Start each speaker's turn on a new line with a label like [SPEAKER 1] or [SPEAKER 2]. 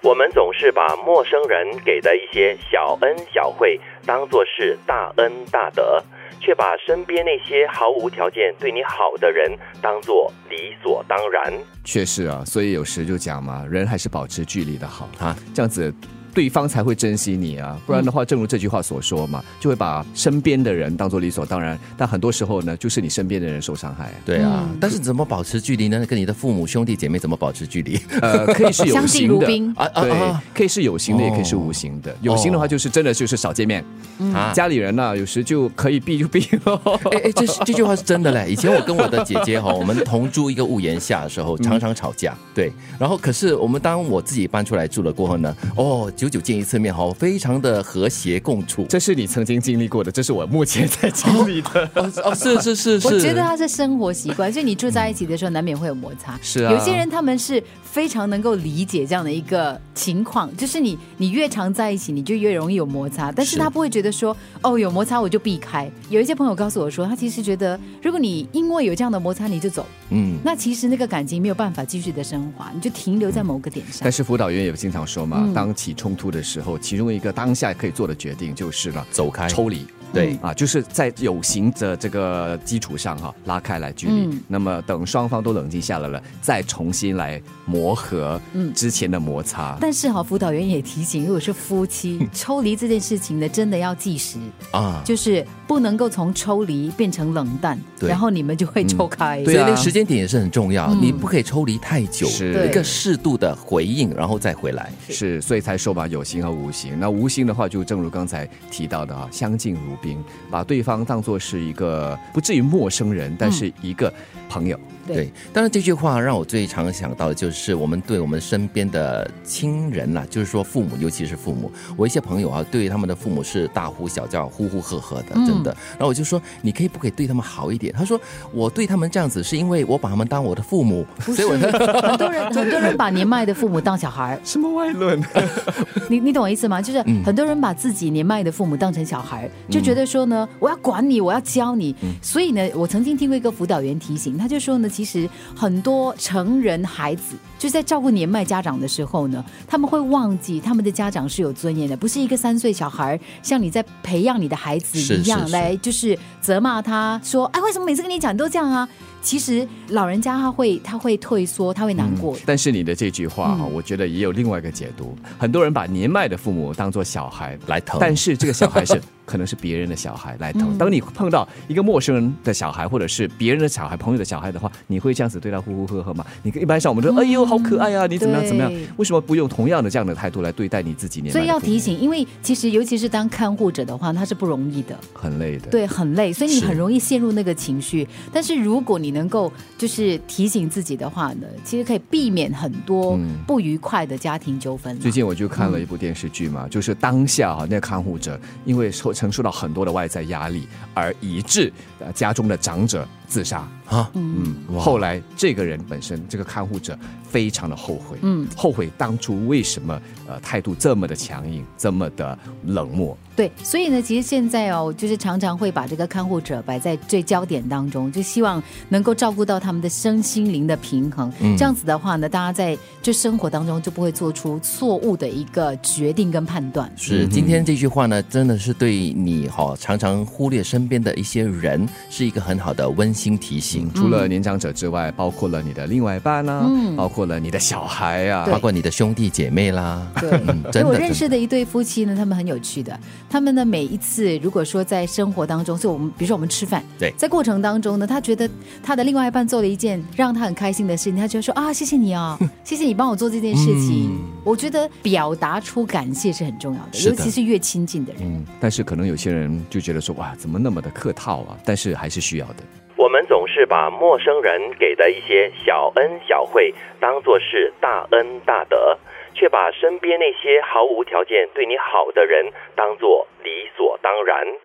[SPEAKER 1] 我们总是把陌生人给的一些小恩小惠当作是大恩大德，却把身边那些毫无条件对你好的人当作理所当然。
[SPEAKER 2] 确实啊，所以有时就讲嘛，人还是保持距离的好
[SPEAKER 3] 啊，
[SPEAKER 2] 这样子对方才会珍惜你啊，不然的话，正如这句话所说嘛，就会把身边的人当做理所当然，但很多时候呢，就是你身边的人受伤 害啊。
[SPEAKER 3] 对啊，
[SPEAKER 4] 嗯
[SPEAKER 3] 但是怎么保持距离呢？跟你的父母、兄弟姐妹怎么保持距离？
[SPEAKER 2] 呃，可以是有
[SPEAKER 4] 相敬
[SPEAKER 2] 形
[SPEAKER 4] 如
[SPEAKER 2] 的，
[SPEAKER 4] 宾
[SPEAKER 3] 啊啊
[SPEAKER 2] 对
[SPEAKER 3] 啊，
[SPEAKER 2] 可以是有形的，
[SPEAKER 3] 哦
[SPEAKER 2] 也可以是无形的。有形的话，就是真的就是少见面，
[SPEAKER 3] 啊！
[SPEAKER 2] 家里人呢、有时就可以避就避咯。
[SPEAKER 3] 哎哎，这是这句话是真的 嘞。以前我跟我的姐姐 哈，我们同住一个屋檐下的时候，常常吵架。对，然后可是我们当我自己搬出来住了过后呢，哦，久久见一次面哈，非常的和谐共处。
[SPEAKER 2] 这是你曾经经历过的，这是我目前在经历的。
[SPEAKER 3] 哦哦，是是是是，
[SPEAKER 4] 我觉得他是生活习惯，所以你住在一起的时候难免会有摩擦。
[SPEAKER 2] 是啊
[SPEAKER 4] 有些人他们是非常能够理解这样的一个情况，就是你你越常在一起，你就越容易有摩擦，但是
[SPEAKER 3] 是
[SPEAKER 4] 他不会觉得说哦有摩擦我就避开。有一些朋友告诉我说，他其实觉得如果你因为有这样的摩擦你就走，
[SPEAKER 3] 嗯，
[SPEAKER 4] 那其实那个感情没有办法继续的升华，你就停留在某个点上
[SPEAKER 2] 但。是辅导员也经常说
[SPEAKER 4] 嗯
[SPEAKER 2] 嘛，当起冲突的时候，其中一个当下可以做的决定就是呢，
[SPEAKER 3] 走开，
[SPEAKER 2] 抽离。
[SPEAKER 3] 对
[SPEAKER 2] 啊，就是在有形的这个基础上哈、拉开来距离。
[SPEAKER 4] 嗯
[SPEAKER 2] 那么等双方都冷静下来了，再重新来磨合之前的摩擦。
[SPEAKER 4] 但是哈，辅导员也提醒，如果是夫妻
[SPEAKER 2] 嗯
[SPEAKER 4] 抽离这件事情呢，真的要计时。
[SPEAKER 3] 啊。
[SPEAKER 4] 就是不能够从抽离变成冷淡，
[SPEAKER 3] 对
[SPEAKER 4] 然后你们就会抽开。
[SPEAKER 3] 所以
[SPEAKER 2] 对啊
[SPEAKER 3] 那个时间点也是很重要，
[SPEAKER 4] 嗯
[SPEAKER 3] 你不可以抽离太久，
[SPEAKER 2] 是
[SPEAKER 4] 对
[SPEAKER 3] 一个适度的回应，然后再回来。
[SPEAKER 2] 是，所以才说嘛，有形和无形。那无形的话，就正如刚才提到的啊，相敬如宾，把对方当做是一个不至于陌生人，但是一个朋友。
[SPEAKER 4] 对
[SPEAKER 3] 对，当然这句话让我最常想到的就是我们对我们身边的亲人啦、就是说父母，尤其是父母。我一些朋友啊，对于他们的父母是大呼小叫、呼呼喝喝的，
[SPEAKER 2] 嗯
[SPEAKER 3] 真的。然后我就说，你可以不可以对他们好一点？他说，我对他们这样子是因为我把他们当我的父母，
[SPEAKER 4] 不
[SPEAKER 3] 所以
[SPEAKER 4] 是
[SPEAKER 3] 我
[SPEAKER 4] 很多人， 很多人把年迈的父母当小孩儿，
[SPEAKER 2] 什么外论？
[SPEAKER 4] 你你懂我意思
[SPEAKER 3] 嗯
[SPEAKER 4] 吗？就是很多人把自己年迈的父母当成小孩儿，就觉得说呢，
[SPEAKER 3] 嗯
[SPEAKER 4] 我要管你，我要教你。所以呢，我曾经听过一个辅导员提醒，他就说呢，其实很多成人孩子就在照顾年迈家长的时候呢，他们会忘记他们的家长是有尊严的，不是一个三岁小孩儿像你在培养你的孩子
[SPEAKER 3] 是
[SPEAKER 4] 一样
[SPEAKER 3] 是是
[SPEAKER 4] 来就是责骂他说，哎，为什么每次跟你讲都这样啊？其实老人家他会他会退缩，他会难
[SPEAKER 3] 嗯
[SPEAKER 4] 过。
[SPEAKER 2] 但是你的这句话哈、我觉得也有另外一个解读。很多人把年迈的父母当做小孩
[SPEAKER 3] 来疼。
[SPEAKER 2] 但是这个小孩 是可能是别人的小孩来疼。
[SPEAKER 4] 嗯
[SPEAKER 2] 当你碰到一个陌生人的小孩，或者是别人的小孩、朋友的小孩的话，你会这样子对他呼呼喝喝吗？你一般上我们说，哎呦，好可爱啊，你怎么样
[SPEAKER 4] 嗯对
[SPEAKER 2] 怎么样？为什么不用同样的这样的态度来对待你自己年迈
[SPEAKER 4] 所
[SPEAKER 2] 的
[SPEAKER 4] 以
[SPEAKER 2] 父母？
[SPEAKER 4] 要提醒，因为其实尤其是当看护者的话，他是不容易的，
[SPEAKER 2] 很累的。
[SPEAKER 4] 对，很累，所以你
[SPEAKER 3] 是
[SPEAKER 4] 很容易陷入那个情绪。但是如果你能够就是提醒自己的话呢，其实可以避免很多不愉快的家庭纠纷啦。啊
[SPEAKER 2] 最近我就看了一部电视剧嘛，就是当下啊，那个看护者因为受承受到很多的外在压力，而以致呃家中的长者自杀。
[SPEAKER 3] 啊，
[SPEAKER 2] 嗯，后来这个人本身，这个看护者非常的后悔，嗯，后悔当初为什么呃态度这么的强硬，这么的冷漠。
[SPEAKER 4] 对，所以呢，其实现在哦，就是常常会把这个看护者摆在最焦点当中，就希望能够照顾到他们的身心灵的平衡。这样子的话呢，大家在就生活当中就不会做出错误的一个决定跟判断。
[SPEAKER 3] 是，今
[SPEAKER 2] 嗯
[SPEAKER 3] 天这句话呢，真的是对你哈、常常忽略身边的一些人，是一个很好的温馨提醒，
[SPEAKER 2] 除了年长者之外，包括了你的另外一半啊，包括了你的小孩啊，
[SPEAKER 4] 对
[SPEAKER 3] 包括你的兄弟姐妹啦。
[SPEAKER 4] 对
[SPEAKER 3] 嗯，
[SPEAKER 4] 所以
[SPEAKER 3] 真
[SPEAKER 4] 我
[SPEAKER 3] 的
[SPEAKER 4] 认
[SPEAKER 3] 真
[SPEAKER 4] 识
[SPEAKER 3] 的
[SPEAKER 4] 的一对夫妻呢，他们很有趣的。他们呢，每一次如果说在生活当中，就我们比如说我们吃饭，
[SPEAKER 3] 对
[SPEAKER 4] 在过程当中呢，他觉得他的另外一半做了一件让他很开心的事情，他就说啊，谢谢你 啊，谢谢你帮我做这件事情。我觉得表达出感谢是很重要的，
[SPEAKER 3] 嗯是
[SPEAKER 4] 尤
[SPEAKER 3] 的
[SPEAKER 4] 其是越亲近的人。
[SPEAKER 2] 嗯，但是可能有些人就觉得说哇，怎么那么的客套啊？但是还是需要的。
[SPEAKER 1] 我们总是把陌生人给的一些小恩小惠当作是大恩大德，却把身边那些毫无条件对你好的人当作理所当然。